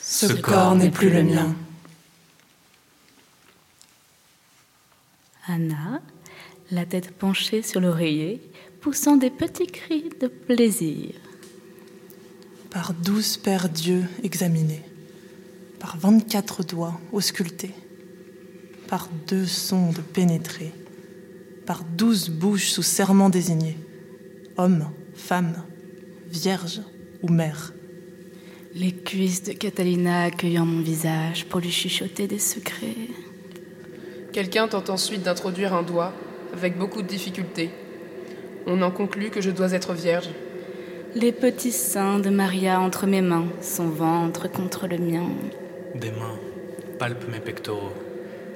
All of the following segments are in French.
Ce corps n'est plus le mien. Anna, la tête penchée sur l'oreiller, poussant des petits cris de plaisir. Par douze paires d'yeux examinés, par vingt-quatre doigts auscultés, par deux sondes pénétrées, par douze bouches sous serment désignées, hommes, femmes, vierges ou mères. Les cuisses de Catalina accueillant mon visage pour lui chuchoter des secrets. Quelqu'un tente ensuite d'introduire un doigt, avec beaucoup de difficulté. On en conclut que je dois être vierge. Les petits seins de Maria entre mes mains, son ventre contre le mien. Des mains palpent mes pectoraux.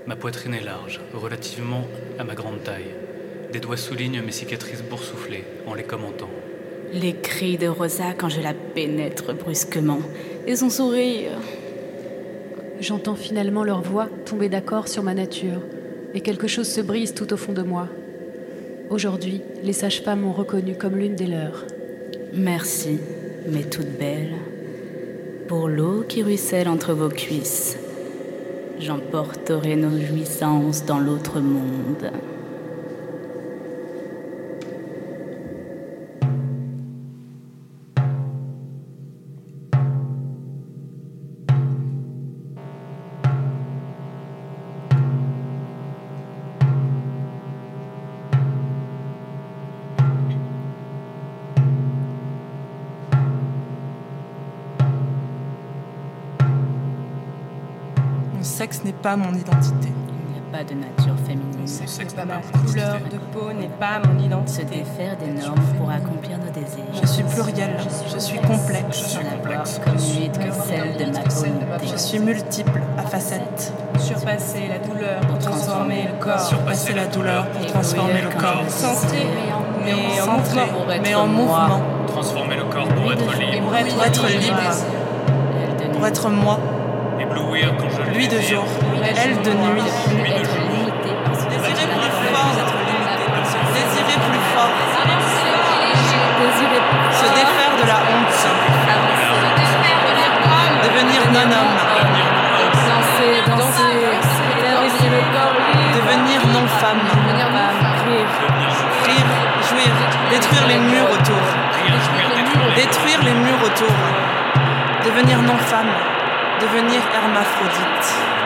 Ma poitrine est large, relativement à ma grande taille. Des doigts soulignent mes cicatrices boursouflées en les commentant. Les cris de Rosa quand je la pénètre brusquement. Et son sourire. J'entends finalement leur voix tomber d'accord sur ma nature, et quelque chose se brise tout au fond de moi. Aujourd'hui, les sages-femmes m'ont reconnue comme l'une des leurs. Merci, mais toute belle, pour l'eau qui ruisselle entre vos cuisses. J'emporterai nos jouissances dans l'autre monde. Mon sexe n'est pas mon identité. Il n'y a pas de nature féminine. sexe Pas n'est ma pas mon couleur identité. de peau n'est pas mon Se identité. défaire des normes pour accomplir nos désirs. Je suis plurielle, je suis complexe, Sans avoir comme huit que celle de ma je volonté. suis multiple à facettes. Surpasser la douleur pour transformer le corps. Surpasser la douleur pour transformer le corps. Centré, mais en Centré, mouvement. mais en mouvement. Transformer le corps pour être libre. Pour être libre, pour être moi, Éblouir quand je lui de jour, elle de nuit. Lui de jour. Désirez plus fort d'être limité. Désirez plus fort. Se défaire de la honte. Devenir non-homme. Danser, danser, laver le corps, Devenir non-femme. devenir femme, rire, Rire, jouir, détruire les murs autour. Rien jouir détourné. Détruire les murs autour. Devenir non-femme. Devenir hermaphrodite.